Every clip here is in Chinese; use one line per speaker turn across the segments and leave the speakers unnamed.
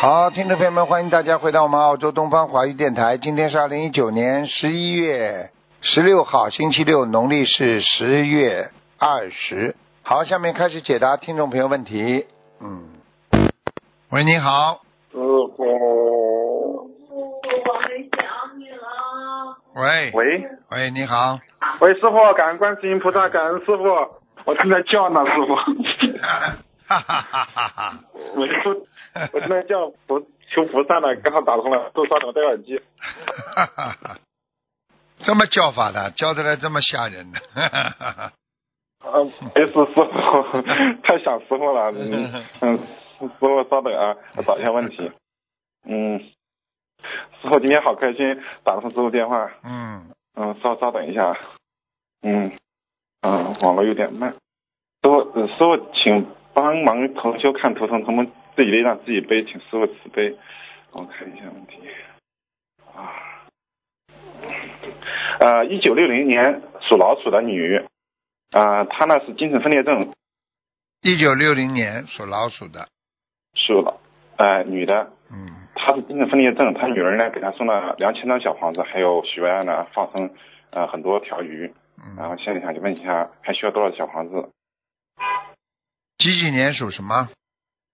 好，听众朋友们，欢迎大家回到我们澳洲东方华语电台。今天是二零一九年十一月十六号，星期六，农历是十月二十。好，下面开始解答听众朋友问题。嗯，喂，你好，
师傅，
喂，
喂
喂，你好，
喂，师傅，感恩观世音菩萨，感恩师傅，我正在叫呢，师傅，
哈哈哈哈哈，
我就我正在叫菩求菩萨呢，刚好打通了，都稍等，戴耳机。
哈哈哈，这么叫法的，叫出来这么吓人的，哈哈哈哈。
嗯，没事，师傅，太想师傅了，嗯，嗯师傅稍等啊，我找一下问题。嗯，师傅今天好开心，打通师傅电话，
嗯，
嗯，稍稍等一下，嗯，嗯，网络有点慢。师傅，呃师傅，请帮忙同修看图腾，能不能自己背让自己背，请师傅慈悲。我看一下问题。啊，呃，一九六零年属老鼠的女，啊、她呢是精神分裂症，
一九六零年属老鼠的，
属老，呃，女的，
嗯，
她是精神分裂症，她女儿呢给她送了两千张小房子，还有许愿呢放生，呃，很多条鱼。然后
嗯，
现在想问一下，还需要多少小房子？
几几年属什么？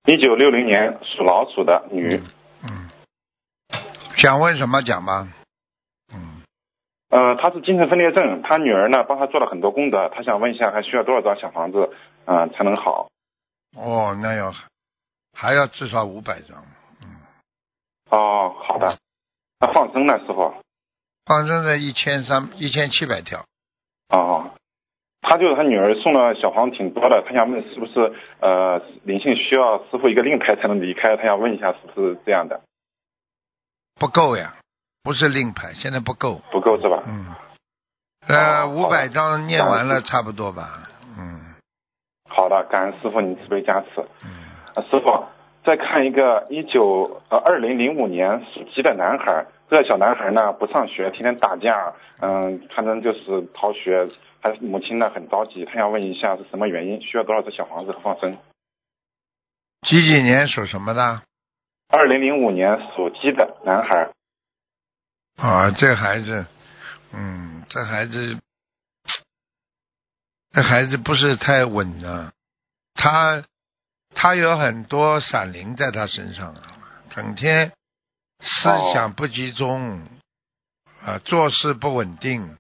一九六零年属老鼠的女。
嗯，想问什么讲吧。嗯，
呃，他是精神分裂症，他女儿呢帮他做了很多功德，他想问一下还需要多少张小房子，嗯、才能好？
哦，那要还要至少五百张。
哦，好的。那放生呢，师傅？
放生在一千三一千七百条。
哦，他就是他女儿送了小房子挺多的，他想问是不是呃灵性需要师傅一个令牌才能离开？他想问一下是不是这样的？
不够呀，不是令牌，现在不够。
不够是吧？
嗯，呃，
哦
五
好的
百张念完
感
了
恩
差不多吧。嗯
好的，感恩师傅您慈悲加持。
嗯，
啊，师傅，再看一个一九呃二零零五年属鸡的男孩，这个小男孩呢不上学，天天打架，嗯，反正就是逃学。他母亲呢很着急，他想问一下是什么原因，需要多少只小房子和放生？
几几年属什么的？
二零零五年属鸡的男孩，
啊，这孩子，嗯，这孩子，这孩子不是太稳啊，他他有很多闪灵在他身上啊，整天思
哦
想不集中，啊，做事不稳定，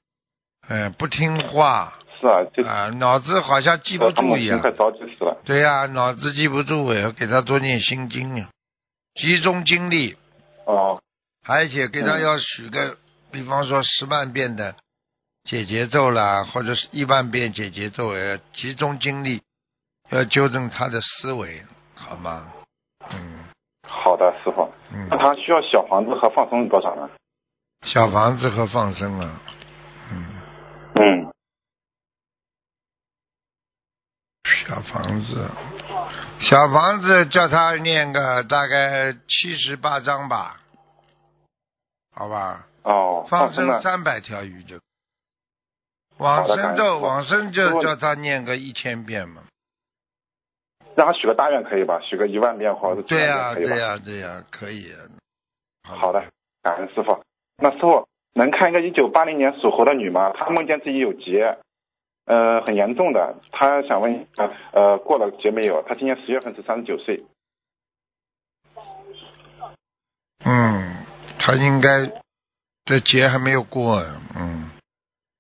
嗯、不听话
是啊，就
啊，脑子好像记不啊
他
住
母
一
亲
样
快。着急死了。
对呀、脑子记不住，我要给他多念心经啊，集中精力。
哦
而且给他
嗯
要许个，比方说十万遍的解节奏啦，或者是一万遍解节奏，要集中精力，要纠正他的思维，好吗？嗯
好的，师傅，那
嗯，
他需要小房子和放生多少呢？
小房子和放生啊，嗯，
嗯，
小房子，小房子叫他念个大概七十八章吧，好吧？
哦，
放
生
生
呢？
三百条鱼就，
好
往
的
生
感恩
咒
师傅
往生
师
咒
傅
叫他念个一千遍嘛。
让他许个大愿可以吧？许个一万遍或者是几
对啊呀、
万遍可以吧？
对呀、对呀、可以。
好的，感恩师傅。那师傅能看一个一九八零年属猴的女吗？她梦见自己有结，呃，很严重的。她想问，呃，呃过了节没有？她今年十月份是三十九岁。
嗯，他应该这节还没有过啊，嗯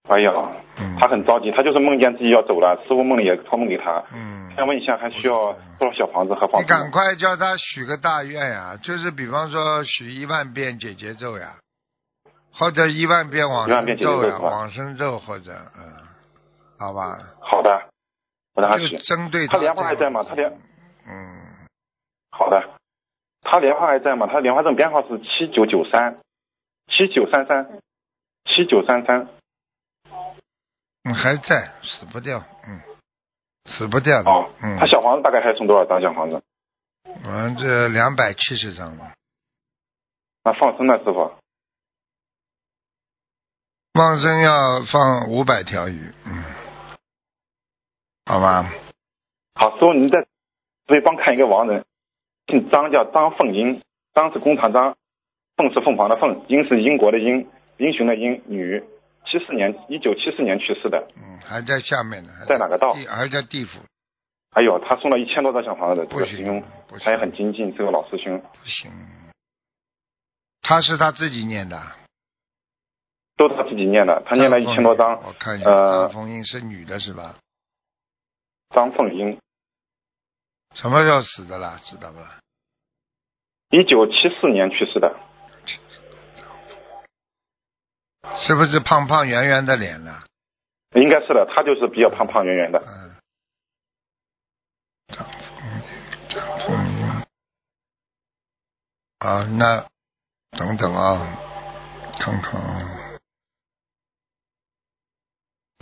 哎呀，
嗯
她很着急，她就是梦见自己要走了，师傅梦里也托梦给她。
嗯。
想问一下，还需要多少小房子和
你
房子？
赶快叫他许个大愿呀、就是比方说许一万遍解结咒呀、或者一万遍往
一
生
万遍解结咒
咒呀、
是吧
往生咒或者嗯，好吧，
好的，我让她
就
许。
针对
他莲
这个
花还在吗他莲
嗯，
好的。她莲花还在吗？她莲花证编号是七九九三，七九三三，七九三三。
嗯还在，死不掉，嗯，死不掉的，
哦，
嗯，
她小房子大概还送多少张小房子？
我们这两百七十张了。
那啊放生呢，师傅？
放生要放五百条鱼，嗯，好吧，
好，师傅您再所以帮看一个亡人，姓张叫张凤英，张是弓长张，凤是凤凰的凤，英是英国的英，英雄的英，女，七四年，一九七四年去世的。
嗯，还在下面呢，还
在哪哦个道
地还在地府，
哎呦，他送了一千多张小房子，这
不
个师兄
行，不
他也
行，
很精进，这个老师兄
不行。他是他自己念的，
都是他自己念的，他念了一千多
张
张
凤英。我看一下，
呃
张凤英是女的是吧？
张凤英，
什么时候死的啦？知道不啦？
一九七四年去世的，
是不是胖胖圆圆的脸啦？
应该是的，他就是比较胖胖圆圆的。
嗯，张凤英，张凤英。啊，那等等啊，看看啊。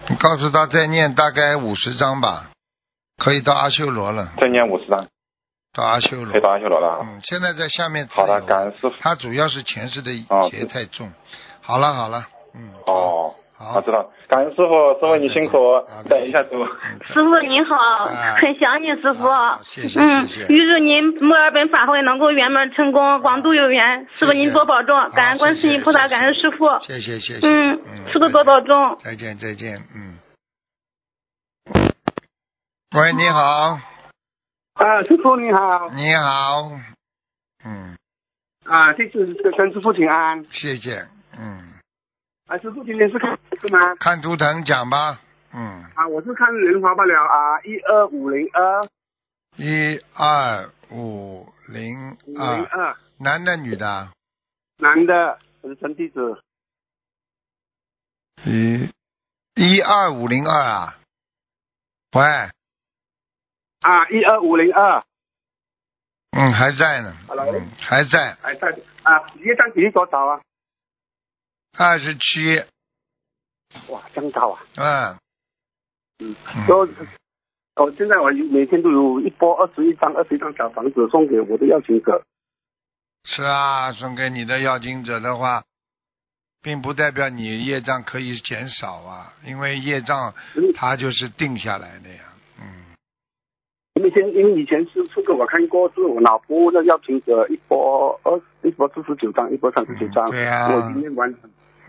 你告诉他再念大概五十章吧，可以到阿修罗了，
再念五十张，
到阿修
可以
罗。
到阿修罗了啊。
嗯，现在在下面自
好的，
由
感恩师傅。
他主要是前世的
哦
劫太重。好了好了，嗯，
哦，
好，
我知道，感恩师傅，师傅你辛苦
好，的
等一下师傅。
嗯
师傅您好，
啊
很想你，师傅。
啊谢谢
嗯
谢谢，
预祝您墨尔本法会能够圆满成功，广度有缘。师
嗯谢谢
傅您多保重
好，
感恩观世
谢谢
音菩
谢
萨，
谢
感恩师傅。
谢谢谢谢，
嗯，师
再
傅
见
多保重。
再见再见，嗯。喂，你好，
啊，师傅你好，
你好，嗯，
啊，弟子跟师傅请安。
谢谢，嗯，
啊，师傅今天是看是吗？
看图腾讲吧，嗯，
啊，我是看莲花不了啊，一二五零二
一二五零
五零
二，
二，
男的女的？
男的，我是陈弟子。
一一二五零二啊？喂，
啊，一二五零二，
嗯，还在呢，
Hello
嗯，还在，
哎，大啊，业障比例多少啊？
二十七，
哇，这样高啊！
嗯，
嗯
嗯
就我哦现在我每天都有一波二十一张、二十一张小房子送给我的邀请者。
是啊，送给你的要经者的话，并不代表你业障可以减少啊，因为业障
嗯
它就是定下来的呀。嗯，
因为前因为以前是是给我看过，是我脑部的邀请者一波二一波四十九张，一波三十九张，
嗯对啊
我已经念完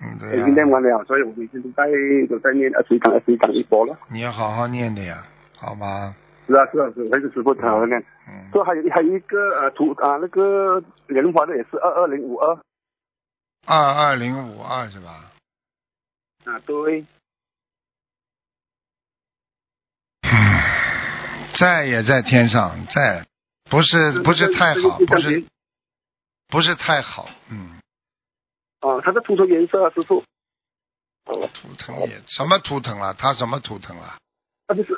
嗯对
已
呀、
经念完了，所以我每天都在都在念二十一章、二十一章一波了。
你要好好念的呀，好吗？
是啊，是啊，是啊，那个师傅才好念。
嗯，
说还有还有一个呃图啊，那个莲花的也是二二零五二
二二零五二是吧？
啊，对，
在也在天上，在不是不是太好，不是不是太好，嗯，
哦，它的图腾颜色啊，师傅，
图腾也什么图腾了？他什么图腾了？
它就是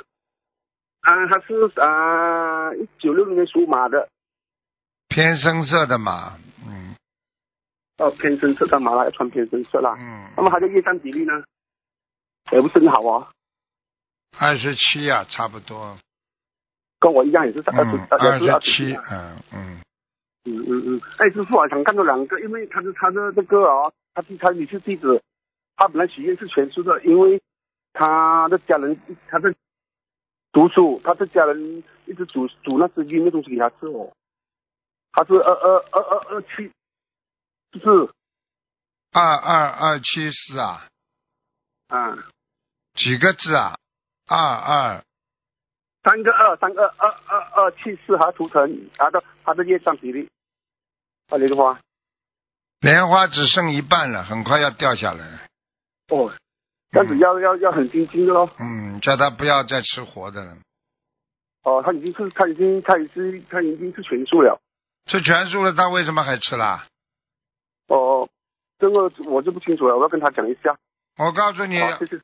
啊，它是啊一九六零年属马的，
偏深色的嘛，嗯
哦，偏深色的马啦，要穿偏深色啦。那
嗯，
么它的业障比例呢，也不是很好哦，
二十七啊，差不多，
跟我一样也是在二十
嗯，
二
十
十
七，嗯嗯，
嗯嗯嗯，哎，师傅啊，想看到两个，因为他是他的这个哦，他是他女婿弟子，他本来许愿是全素的，因为他的家人他的读书，他的家人一直煮煮那只晕的东西给他吃哦，他是呃二二二二二七，就是
二二二七四啊，
啊，
几个字啊？二二
三个二三个二二二七四和图腾，他的他的业障比例，啊，莲花
莲花只剩一半了，很快要掉下来了。
哦，这样子要要要很精进的咯。
嗯，叫他不要再吃活的了。
哦，他已经是他已经他已经他已经是全素了。
吃全素了，他为什么还吃啦？
哦，这个我就不清楚了，我要跟他讲一下。
我告诉你，
好，谢谢。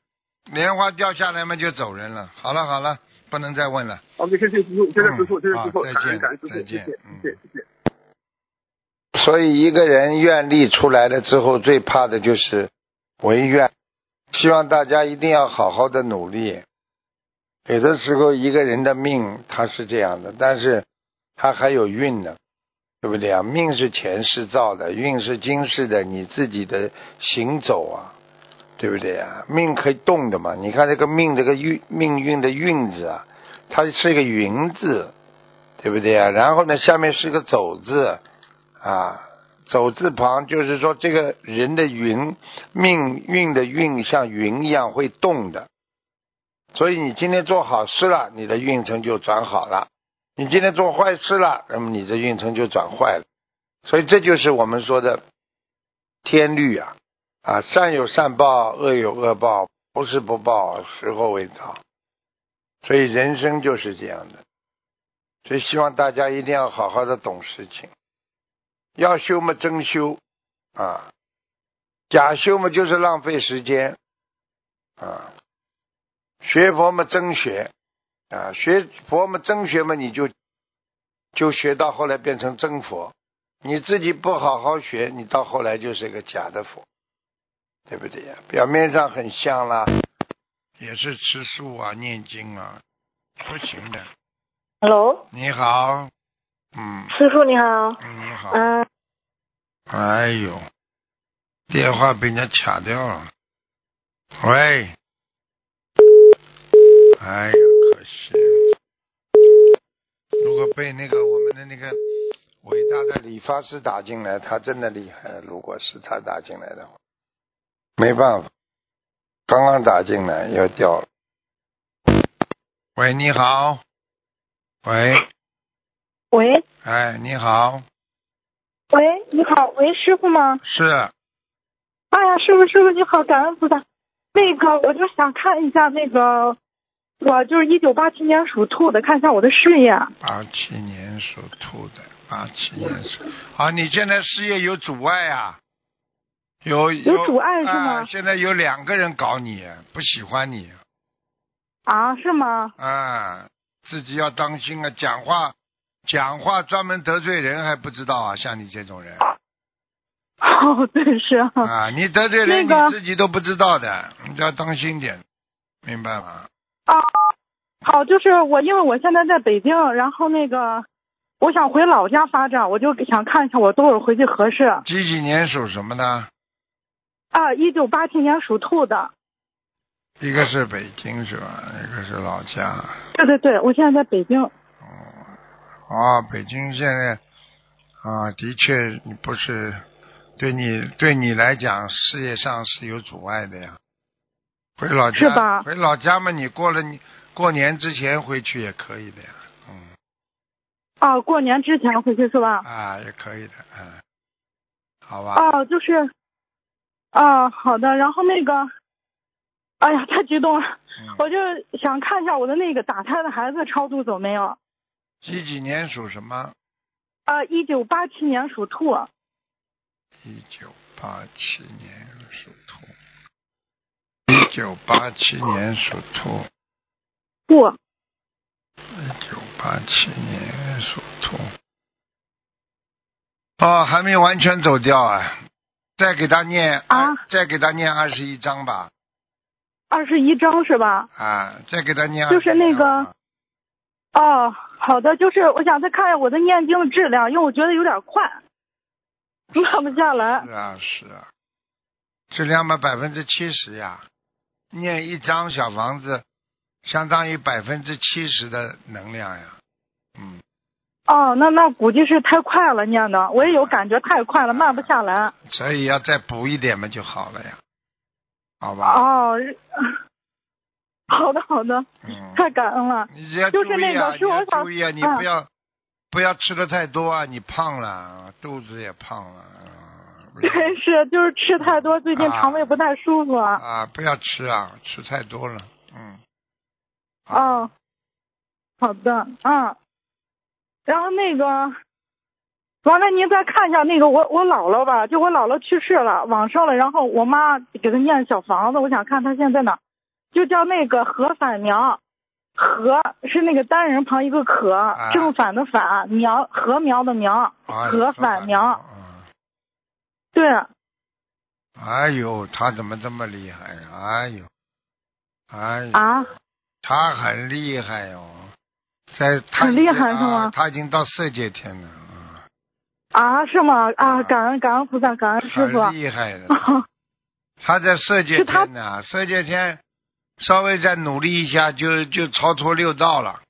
莲花掉下来嘛就走人了。好了好了，不能再问了。
OK，谢哦谢师傅，谢谢师傅，
嗯
谢谢师
好
傅，
再
感
见
恩感恩师傅，
再
谢
见
谢，谢
嗯
谢，谢谢。
所以一个人愿力出来了之后，最怕的就是违愿。希望大家一定要好好的努力。有的时候一个人的命他是这样的，但是他还有运呢，对不对啊？命是前世造的，运是今世的，你自己的行走啊，对不对啊？命可以动的嘛。你看这个命这个运命运的运字啊，它是一个云字，对不对啊？然后呢，下面是个走字。啊，走字旁就是说这个人的云命运的运像云一样会动的，所以你今天做好事了，你的运程就转好了；你今天做坏事了，那么你的运程就转坏了。所以这就是我们说的天律啊啊，善有善报，恶有恶报，不是不报，时候未到。所以人生就是这样的，所以希望大家一定要好好的懂事情，要修嘛真修啊，假修嘛就是浪费时间啊，学佛嘛真学啊，学佛嘛真学嘛你就就学到后来变成真佛，你自己不好好学，你到后来就是个假的佛，对不对呀？表面上很像啦。也是吃素啊、念经啊，不行的。
Hello，
你好，嗯，
师傅你好。
你好，
呃
嗯、
哎呦，电话被人家卡掉了。喂，哎呀，可惜了。如果被那个我们的那个伟大的理发师打进来，他真的厉害。如果是他打进来的话，没办法，刚刚打进来又掉了。喂，你好，喂，
喂
哎，你好，
喂，你好，喂，师傅吗？
是，
哎呀，师傅师傅你好，感恩菩萨。那个，我就想看一下那个，我就是一九八七年属兔的，看一下我的事业。
八七年属兔的，八七年属啊，你现在事业有阻碍啊，有有
有阻碍是吗
啊现在有两个人搞你，不喜欢你
啊，是吗？
啊，自己要当心啊，讲话讲话专门得罪人还不知道啊，像你这种人
哦，对是啊。
啊，你得罪人、
那个
你自己都不知道的，你要当心点，明白吗？
啊，好，就是我，因为我现在在北京，然后那个，我想回老家发展，我就想看一下我多会儿回去合适。
几几年属什么呢？
啊，一九八七年属兔的，
一个是北京是吧？一个是老家。
对对对，我现在在北京。
啊，北京现在啊，的确你不是对你对你来讲事业上是有阻碍的呀。回老
是
家
吧
回老家嘛，你过了你过年之前回去也可以的呀。嗯
啊，过年之前回去是吧？
啊，也可以的，嗯，好吧。
哦，就是，啊，好的。然后那个，哎呀，太激动了，
嗯、
我就想看一下我的那个打胎的孩子超度走没有？
几几年属什么？
呃，一九八七年属兔。
一九八七年属兔。一九八七年属兔。
不，
一九八七年属兔。哦，还没完全走掉啊！再给他念
啊
再给他念二十一章吧，
二十一章是吧？
啊，再给他念21章吧。
就是那个哦，好的，就是我想再看一下我的念经的质量，因为我觉得有点快，慢不下来
是。啊是啊，质量嘛百分之七十呀，念一张小房子，相当于百分之七十的能量呀，嗯，
哦，那那估计是太快了念的，我也有感觉太快了，慢不下来。
所以要再补一点嘛就好了呀，好吧？
哦， 是好的好的，
嗯。
太感恩了。
你要注
就
意
是
啊，
那个
你
是我
要
想
注意啊，你
嗯
不要、不要吃的太多啊，你胖了，肚子也胖了。嗯 不
对，
是
是就是吃太多，最近
啊
肠胃不太舒服。啊、
啊，不要吃啊，吃太多了，嗯。啊，
哦，好的，嗯。然后那个，完了，您再看一下那个我我姥姥吧，就我姥姥去世了，往生了，然后我妈给她念小房子，我想看她现在在哪儿，就叫那个何反苗。禾是那个单人旁一个可，
啊
正反的反，苗禾苗的苗，
哎
何
反
反苗。。对，
嗯哎呦，他怎么这么厉害呀、哎呦，哎呦，
啊，
他很厉害哦，在他
很
已经
厉害是
啊
吗
他已经到色界天了，啊
啊，是吗？
啊
啊，感恩感恩菩萨，感恩啊师傅。
很厉害 的。他在色界
是他
天呢，色界天稍微再努力一下就就超脱六道了。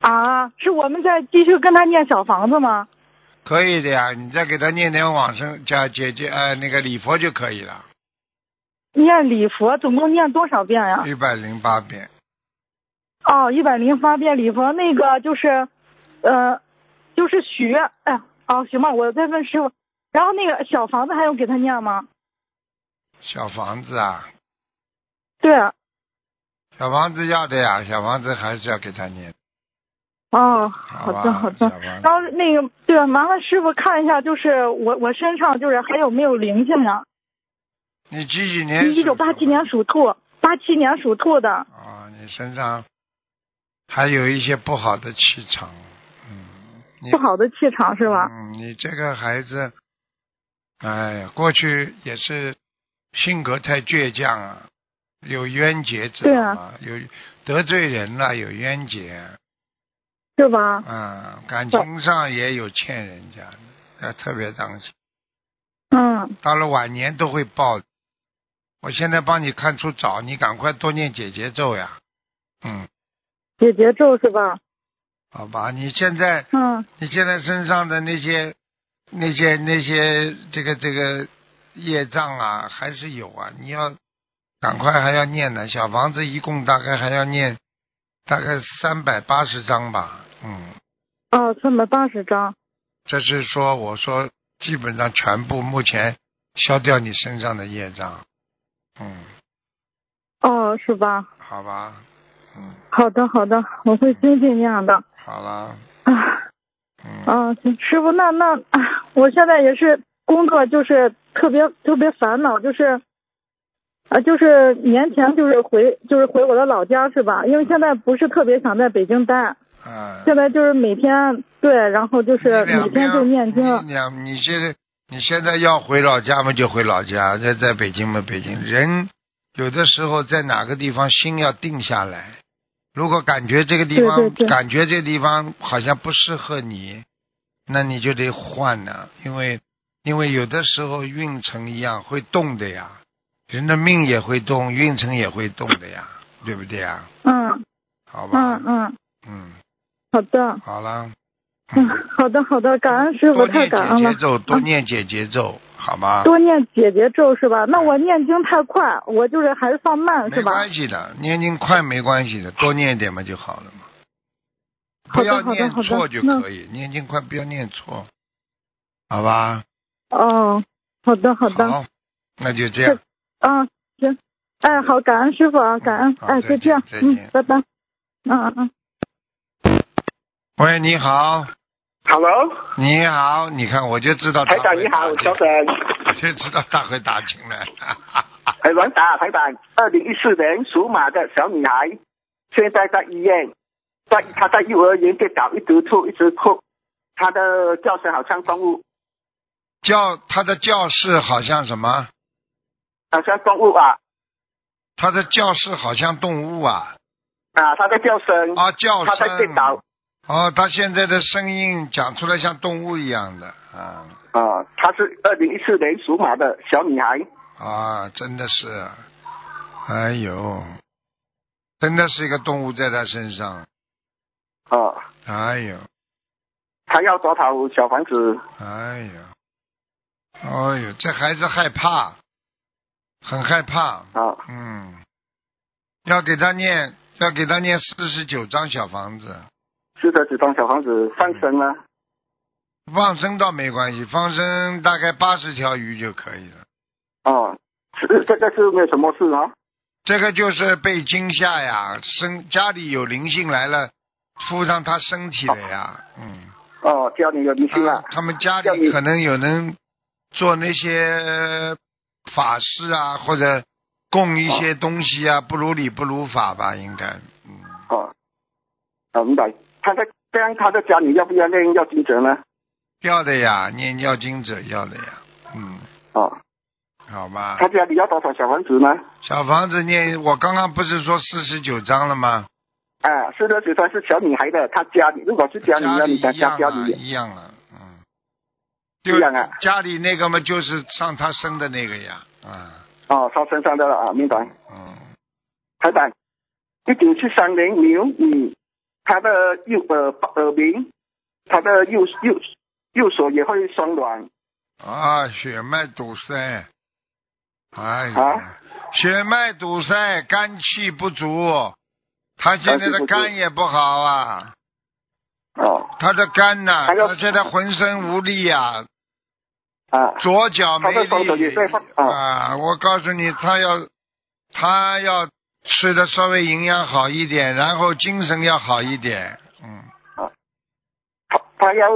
啊，是我们在继续跟他念小房子吗？
可以的呀，你再给他念点往生加姐姐呃那个礼佛就可以了，
念礼佛总共念多少遍呀？
一百零八遍。
哦，一百零八遍礼佛，那个就是，呃，就是许愿。哎，哦，行吧，我再问师傅。然后那个小房子还用给他念吗？
小房子啊，
对啊，
小房子要的呀，小房子还是要给他念，
哦，
好啊
好
吧？
的好
小房
的。
子
然后那个对啊，麻烦师傅看一下，就是我我身上就是还有没有灵性呀、
你几几
啊？
年？
一九八七年。属兔，八七年属兔的。
啊，你身上还有一些不好的气场，嗯，你
不好的气场是吧？
嗯，你这个孩子，哎呀，过去也是性格太倔强啊，有冤结，知
对
道
啊
吗？有得罪人了，有冤结，
是吧？
啊，感情上也有欠人家的，要特别当心。
嗯，
到了晚年都会报的。我现在帮你看出早，你赶快多念姐姐咒呀。嗯，
解结咒是吧？
好吧，你现在
嗯，
你现在身上的那些、那些、那些这个这个业障啊，还是有啊。你要赶快还要念呢。小房子一共大概还要念大概三百八十章吧。嗯，
哦，三百八十张。
这是说我说基本上全部目前消掉你身上的业障。嗯，
哦，是吧？
好吧，嗯，
好的，好的，我会精进念的。
好了，
啊
嗯，
啊，行师傅，那那啊，我现在也是工作，就是特别特别烦恼，就是。啊，就是年前就是回就是回我的老家是吧？因为现在不是特别想在北京待，
啊，
现在就是每天对，然后就是
你两
每天就念嗯经。
你两，你现在你现在要回老家嘛，就回老家；在在北京嘛，北京。人有的时候在哪个地方心要定下来，如果感觉这个地方
对对对
感觉这个地方好像不适合你，那你就得换呢、因为因为有的时候运程一样会动的呀，人的命也会动，运程也会动的呀，对不对呀？
嗯
好吧
嗯，嗯，
嗯，
好的，
好了。
嗯，好的好的，感恩师傅，
多
太
念
感恩
解
了嗯
节。咒，多念解节咒，好吗？
多念姐姐咒是吧？那我念经太快，我就是还是放慢
嗯没
啊是吧？
关系的，念经快没关系的，多念一点嘛就好了嘛。
好
不
的
要
好的
念
好的
错就可以，念经快不要念错，好吧？
哦，好的好的，
好，那就这样
是。嗯，行，哎，好，感恩师傅啊，感恩，
好
哎，
再
就这样，
见再见
嗯，拜拜，嗯嗯嗯。
喂，你好，
Hello，
你好，你看我就知道他
台长
会
你
打
好，
进
早晨，
我就知道他会打进来。
哎，王达，台长，二零一四年属马的小女孩，现在在医院，在她在幼儿园跌倒，一直吐，一直哭，她的叫声好像动物，
教他的教室好像什么？
好像动物啊
他的教室好像动物啊
啊，她的叫声，
啊，叫
她在跌
声。
倒
哦，他现在的声音讲出来像动物一样的啊
啊，她是二零一四年属马的小女孩，
啊，真的是，哎呦，真的是一个动物在他身上，
哦、
哎呦，
她要多少小房子？
哎呦，哎呦，这孩子害怕，很害怕，
啊
嗯，要给他念，要给他念四十九张小房子，
是的，几张小房子啊上升了，
放生倒没关系，放生大概八十条鱼就可以了。
哦、是这个是没有什么事哦，
这个就是被惊吓呀，身家里有灵性来了，附上他身体了呀，嗯，
哦，叫你有迷信
他
了，
他们家
叫
里
你
可能有人做那些法事啊，或者供一些东西啊，不如理不如法吧，应该，嗯，
哦，啊，明白。他在这样，他在家里要不要练要精准呢？
要的呀，念要经者要的呀，嗯，
哦，
好吧，
他家里要多少小房子呢？
小房子念，我刚刚不是说四十九章了吗？
啊，是的，就算是小女孩的，她家里如果是家里要你
一
在
样
家家
啊，
里
一样了，嗯，
一样啊
家里那个嘛，就是上他生的那个呀，啊，
哦，烧身上的了啊，明白。
嗯，
台长，一九七三年呃牛女，她的右呃耳鸣，她的右右
右手也会酸软。
啊，血脉堵塞，哎呀，
啊
血脉堵塞，肝气不足，他现在
肝气
的
不足
肝也不好啊，
哦
他的肝呐、
还有
他现在浑身无力啊，
啊
左脚没
他的双手也
力
在发啊
啊，我告诉你，他要他要吃的稍微营养好一点，然后精神要好一点，嗯，
他他要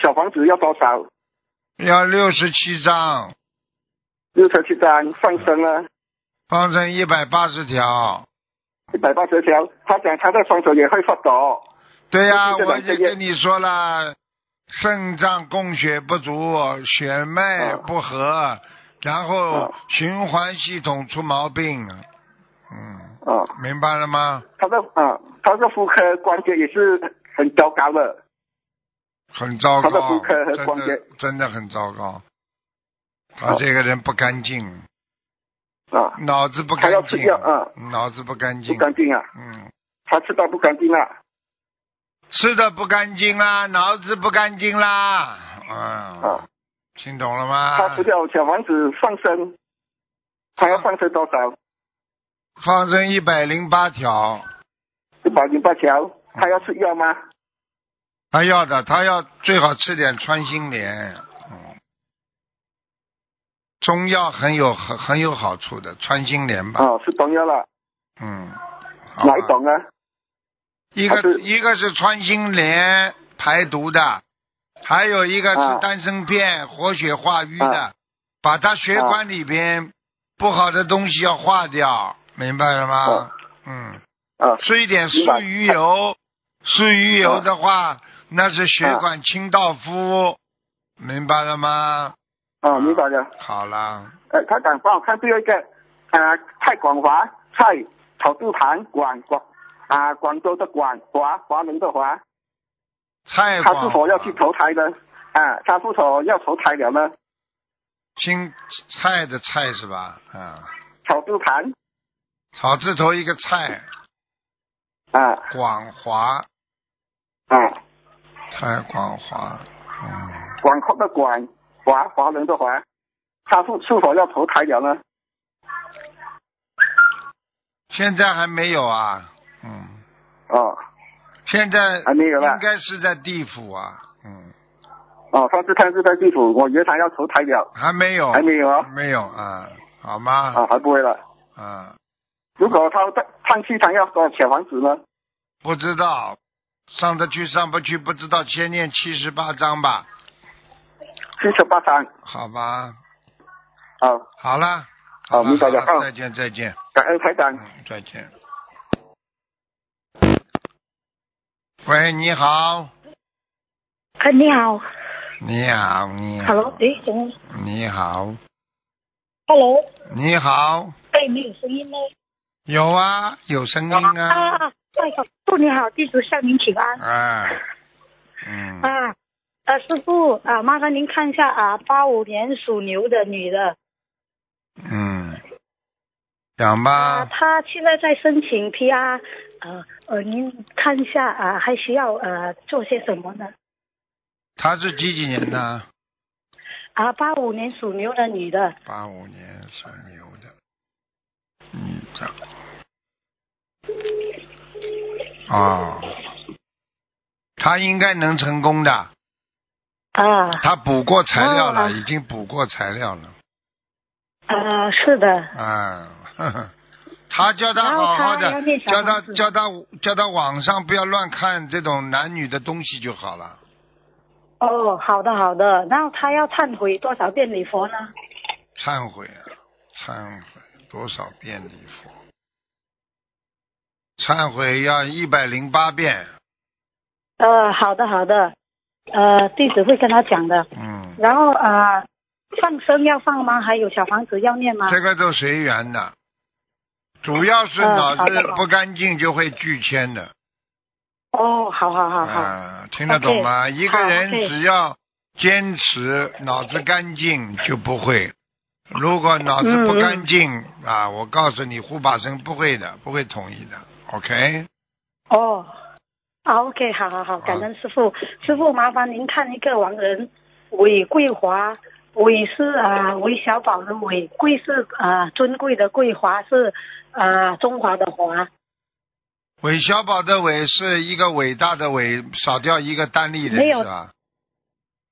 小房子要多少？
要六十七张，
六十七张啊放生了，
放成一百八十条。
一百八十条。他讲他的双手也会发抖。
对呀、
就是这
我
两
也
个月
跟你说了，肾脏供血不足，血脉
啊
不和，然后
啊
循环系统出毛病。嗯，
啊，
明白了吗？
他的啊，他的妇科关节也是很糟糕的。
很糟
他的
糕
妇，科和
真
关
的
节
真的很糟糕。他
好
这个人不干净，
啊，
脑子不
他
干
要吃
净，
药啊，
脑子不干
不
净，
干净啊，
嗯，
他吃到不干净啊，
吃的不干净啦，脑子不干净啦，嗯
啊，
听懂了吗？
他除掉小房子放生，他要放生多少？
放生一百零八条。
一百零八条，他要吃药吗？
他要的，他要最好吃点穿心莲，嗯，中药很有很很有好处的，穿心莲吧，
哦，是中药了，
嗯，好吧
哪一种啊？
一
还
个
是
一个是穿心莲排毒的，还有一个是
啊
丹参片活血化瘀的
啊，
把它血管里边不好的东西要化掉，明白了吗
啊？
嗯，
啊，
吃一点
明
素
白
鱼油，素鱼油的话，那是血
啊
管清道夫，明白了吗？
哦，明白了。
好啦，
呃，他讲帮我看最后一个，啊，蔡广华，蔡草字旁广广啊，广州的广华华人的华，
蔡
他是
广
否要去投胎呢？啊，他是否要投胎了呢？
青菜的菜是吧？啊，
草字旁
草字头一个菜，
啊
广华，
啊，
蔡广华，嗯。
广阔的广华华人的华，他是是否要投胎了呢？
现在还没有啊，嗯，
哦
现在
还没有啦
应该是在地府啊，嗯，
哦，上次看是在地府，我原来要投胎了，
还没有，
还没有啊，
没有啊，好吗？
啊还不会了。
啊，
如果他在上去，他要多少小房子呢？
不知道，上得去上不去不知道，先念七十八章吧，
七十八张。
好吧，
啊，
好了，
好
了
明白了
好了
嗯
再见再见，
感恩台长
嗯。，再见。喂，你好，
啊，你好
你好，你好
，Hello，哎，怎么
你好，
，Hello，
你好，
哎，没有声音呢？
有啊，有声音啊。
啊，哎呀，祝你好，地主向您请安
啊，嗯，
啊，呃，师傅啊，麻烦您看一下啊，八五年属牛的女的
嗯，讲吧，
啊她现在在申请 PR，呃呃，您看一下啊，还需要呃做些什么呢？
他是几几年的？
啊，八五年属牛的女的，
八五年属牛的，嗯，这样哦，他应该能成功的，
啊，
他补过材料了，
哦
已经补过材料了，
呃，是的，
啊， 呵呵他叫他
然后
好
他
好
要
的，
念小
叫他
房子
叫他叫他网上不要乱看这种男女的东西就好了。
哦，好的好的，然后她要忏悔多少遍礼佛呢？
忏悔啊，忏悔多少遍礼佛？忏悔要一百零八遍，
呃，好的好的，呃，弟子会跟他讲的。
嗯，
然后呃，放生要放吗？还有小房子要念吗？
这个都随缘的，主要是
嗯
脑
好
子
的
不干净就会拒签的，
哦，好好好好，
啊，听得懂吗？一个人
好，OK
只要坚持，脑子干净就不会。如果脑子不
嗯嗯
干净、啊，我告诉你，护法神不会的，不会同意的。OK，
哦，啊，OK，好好好，感恩师傅。师傅，麻烦您看一个亡人，韦桂华，韦是啊韦小宝的韦，桂是啊尊贵的桂，华是啊中华的华。
韦小宝的韦是一个伟大的伟，少掉一个单立
没
人
有
是吧？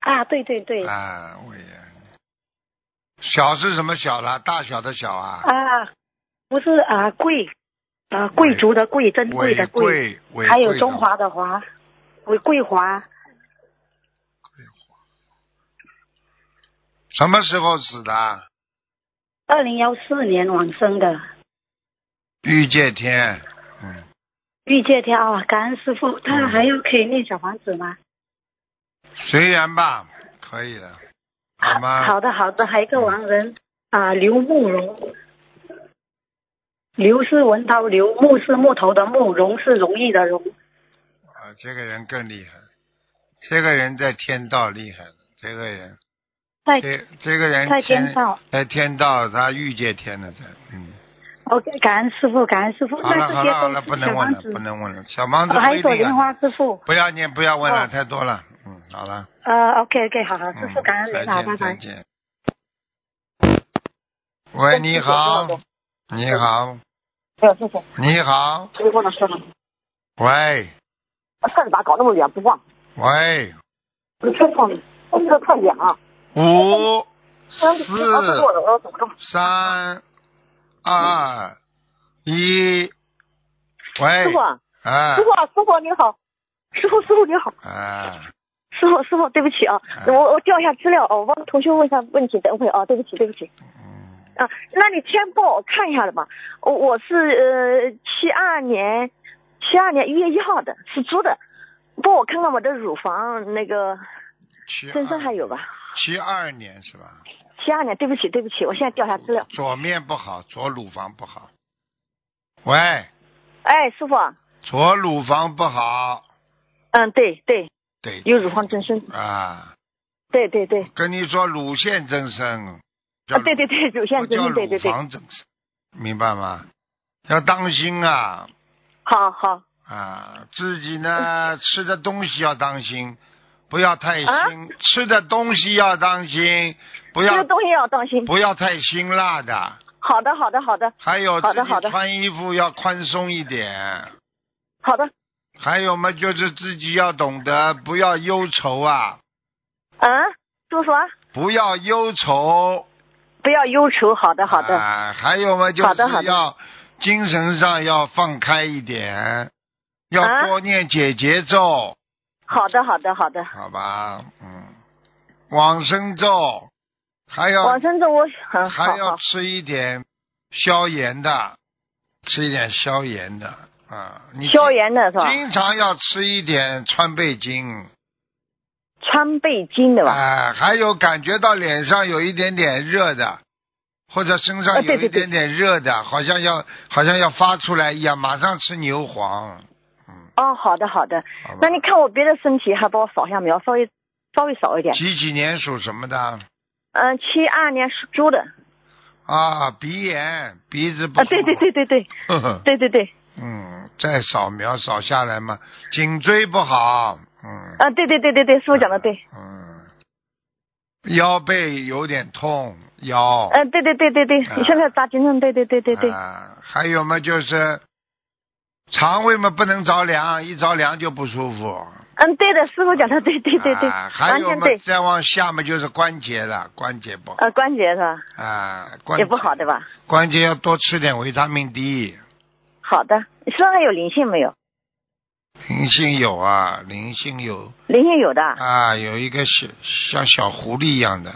啊，对对对，
啊，伟啊。小是什么小啦？大小的小啊。
啊，不是啊贵，啊贵族的贵，珍贵
伟
的贵，
贵，伟
还有
贵的
中华的华，韦桂华
什么时候死的？
二零幺四年往生的。
玉界天，嗯，
玉界天啊，感恩师傅，他还要可以念小房子吗？
随缘吧，可以的，好吗？
好的，好的，还有一个亡人啊，刘慕容。刘是文涛刘，木是木头的木，容是容易的容。
啊，这个人更厉害，这个人在天道厉害了，这个人，
在
这这个人
在天道，
在天道他遇见天了，在嗯，
，OK，感恩师傅，感恩师傅。
好了
那
好
这些
了好
都
了，不
是
能
小
问
房
了，
子
不，能问了，小房子
哦还
不
有
一
一朵
定
莲
啊
花，师傅。
不要念，不要问了，
哦
太多了，嗯，好了，
呃，OK，OK，好好，师
嗯
傅，感恩
再
您啊，拜
见再
拜。
见。喂，你好，你好，
哎，谢谢，
你好，
师傅老师，
喂
我车子咋搞那么远不放？
喂，
我车放，我车太远啊。
五
我坐着，我走着。
三二一，喂，
师傅啊，
啊
师傅啊，师傅你好，师傅，师傅你好，
啊，
师傅，师傅，对不起啊，
哎
我我调一下资料啊，我帮同学问一下问题，等会啊，对不起，对不起。
嗯
啊，那你先帮我看一下的吧。我我是呃七二年，七二年一月一号的，是猪的，帮我看看我的乳房那个
七
身上还有吧？
七二年是吧？
七二年，对不起，对不起，我现在调一下资料。
左面不好，左乳房不好。喂，
哎，师傅啊，
左乳房不好，
嗯，对对，
对
有乳房增生，
啊，
对对对，
跟你说乳腺增生，叫
啊对对对，乳腺
不
增
叫
生，对
乳
对对，
房增生，明白吗？要当心啊
好好，
啊，自己呢吃的东西要当心，不要太腥，
嗯啊
吃的东西要当心，不
这个
要
东西要当心。
不要太辛辣的。
好的好的好的
还有自
好的好
己
的
穿衣服要宽松一点，
好的，
还有嘛，就是自己要懂得不要忧愁啊，
嗯，师傅说
不要忧愁。
不要忧愁，好的好的，
啊，还有嘛，就
好的好
是
的
要精神上要放开一点，要
啊
多念解节奏，
好的好的好的。
好吧？嗯，往生咒，还要
往生咒我嗯
还
好
要
好
吃一点消炎的，吃一点消炎的啊。你
消炎的是吧？
经常要吃一点川贝精，
穿背巾的吧？
哎、还有感觉到脸上有一点点热的，或者身
啊
上有
对
一
对对
点点热的，好像要好像要发出来一样，马上吃牛黄，
哦，好的好的，
好吧？
那你看我别的身体还帮我扫一下描，稍微稍微少一点。
几几年属什么的？
嗯，七二年属猪的
啊，鼻炎，鼻子不好。
啊，对对对对对
呵呵。
对对对
嗯，再扫描扫下来嘛，颈椎不好，嗯。
啊，对对对对对，师傅讲的对。
嗯，腰背有点痛，腰。
嗯，对对对对对，
哦啊
你现在扎金针，对对对对对，
啊，还有嘛，就是肠胃嘛不能着凉，一着凉就不舒服。
嗯，对的，师傅讲的对对对对，
啊、还
完
有
全
嘛
对，，
再往下嘛就是关节了，关节不好
呃，关节是吧？
啊，关
也不好对
吧？
吧？
关节要多吃点维他命 D。
好的，身上还有灵性没有？
灵性有啊，灵性有
灵性有的啊，
啊，有一个小像小狐狸一样的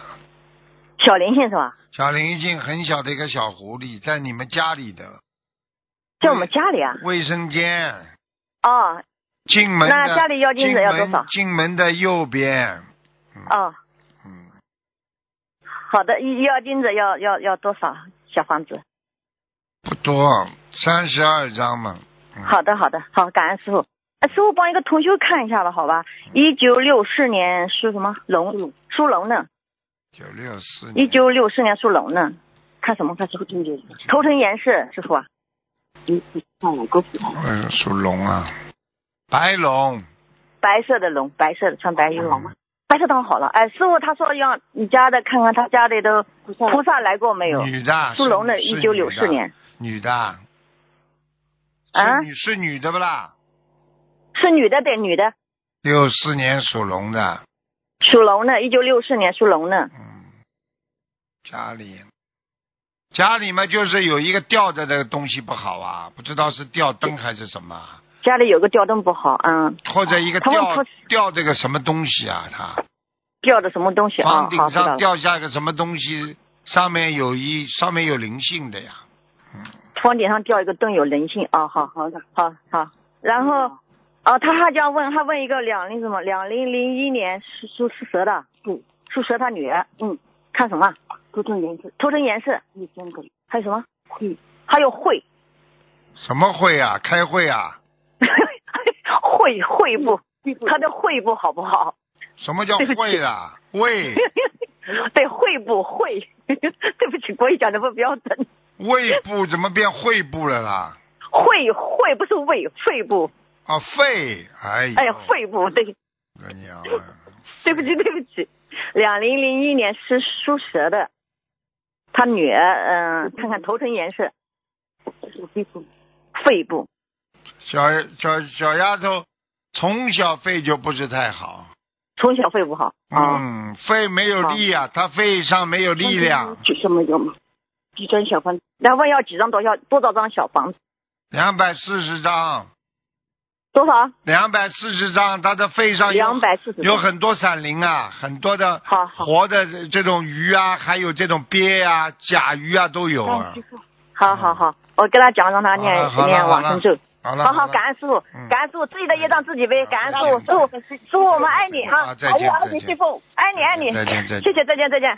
小灵性是吧？
小灵性，很小的一个小狐狸，在你们家里
啊
的
在我们家里啊？
卫生间
哦
进门的
那家里要金子要多少
进门进门的右边，
哦，
嗯。
好的，一要金子要要要多少小房子？
不多，三十二张嘛。嗯、
好的好的，好，感恩师傅。呃师傅帮一个同修看一下吧，好吧？一九六四年属什么龙？属龙的，
九六四
一九六四年属龙的，看什么看什么？头层颜色，师傅啊。
哎嗯，属龙啊，白龙，
白色的龙，白色的穿白云龙嘛，白色倒好了。哎，师傅他说要你家的看看他家里的菩萨来过没有？
女的，
哎属龙的，
是
一九六四，年
是女的，
啊
是，女是女的不啦？
是女的，对，女的，
六四年属龙的，
属龙的，一九六四年属龙的。
嗯，家里，家里嘛就是有一个吊着的东西不好啊，不知道是吊灯还是什么啊，
家里有个吊灯不好，嗯，
或者一个
他会
吊
出
吊这个什么东西啊，他。
吊的什么东西啊？
房
好，知道
顶上
了。
掉下个什么东西，上面有一上面有灵性的呀。
房顶上吊一个灯有人性啊、好好的，好好。然后，
嗯
哦、他还要问，还问一个两零什么？两零零一年属属属蛇的，嗯，属蛇他女儿，嗯，看什么？
注重颜色，
头层颜色，
一千个
还有什么？
会
还有会，
什么会啊？开会啊？
会会不？
会不
他的会不好不好？
什么叫会啦？胃嗯
对，会不会？ 对不起，国语讲的不标准。
胃部怎么变会部了啦？
会会不是胃，肺部，
啊，肺，哎呦，
哎呀，肺部对，
我娘啊，
对不起，
嗯
对不起，两零零一年是属蛇的，他女儿，嗯、看看头层颜色，
有恢复，
肺部，
小小小丫头从小肺就不是太好，
从小肺不好，啊、
嗯，肺没有力啊，她肺上没有力
嗯
量，
就什么有吗？几张小方，
然后问要几张多少多少张小房子，
两百四十张，
多少？啊
两百四十张，她的肺上有
两百四十。
有很多闪灵啊，很多的
好好
活的这种鱼啊，还有这种鳖啊、甲鱼啊都有
哦
啊。
好好好，我跟他讲，让他念
好了好了
念
好
往
了
生咒。
好了，
好好，
了
感恩师傅
嗯，
感恩师傅，自己的业障自己背，感恩师傅，
再
师
见
傅，师傅，我们爱你
好
哈，
再
爱
见
我儿
再
子
见
媳妇，爱你爱你，
再见再见
谢谢，再见再见。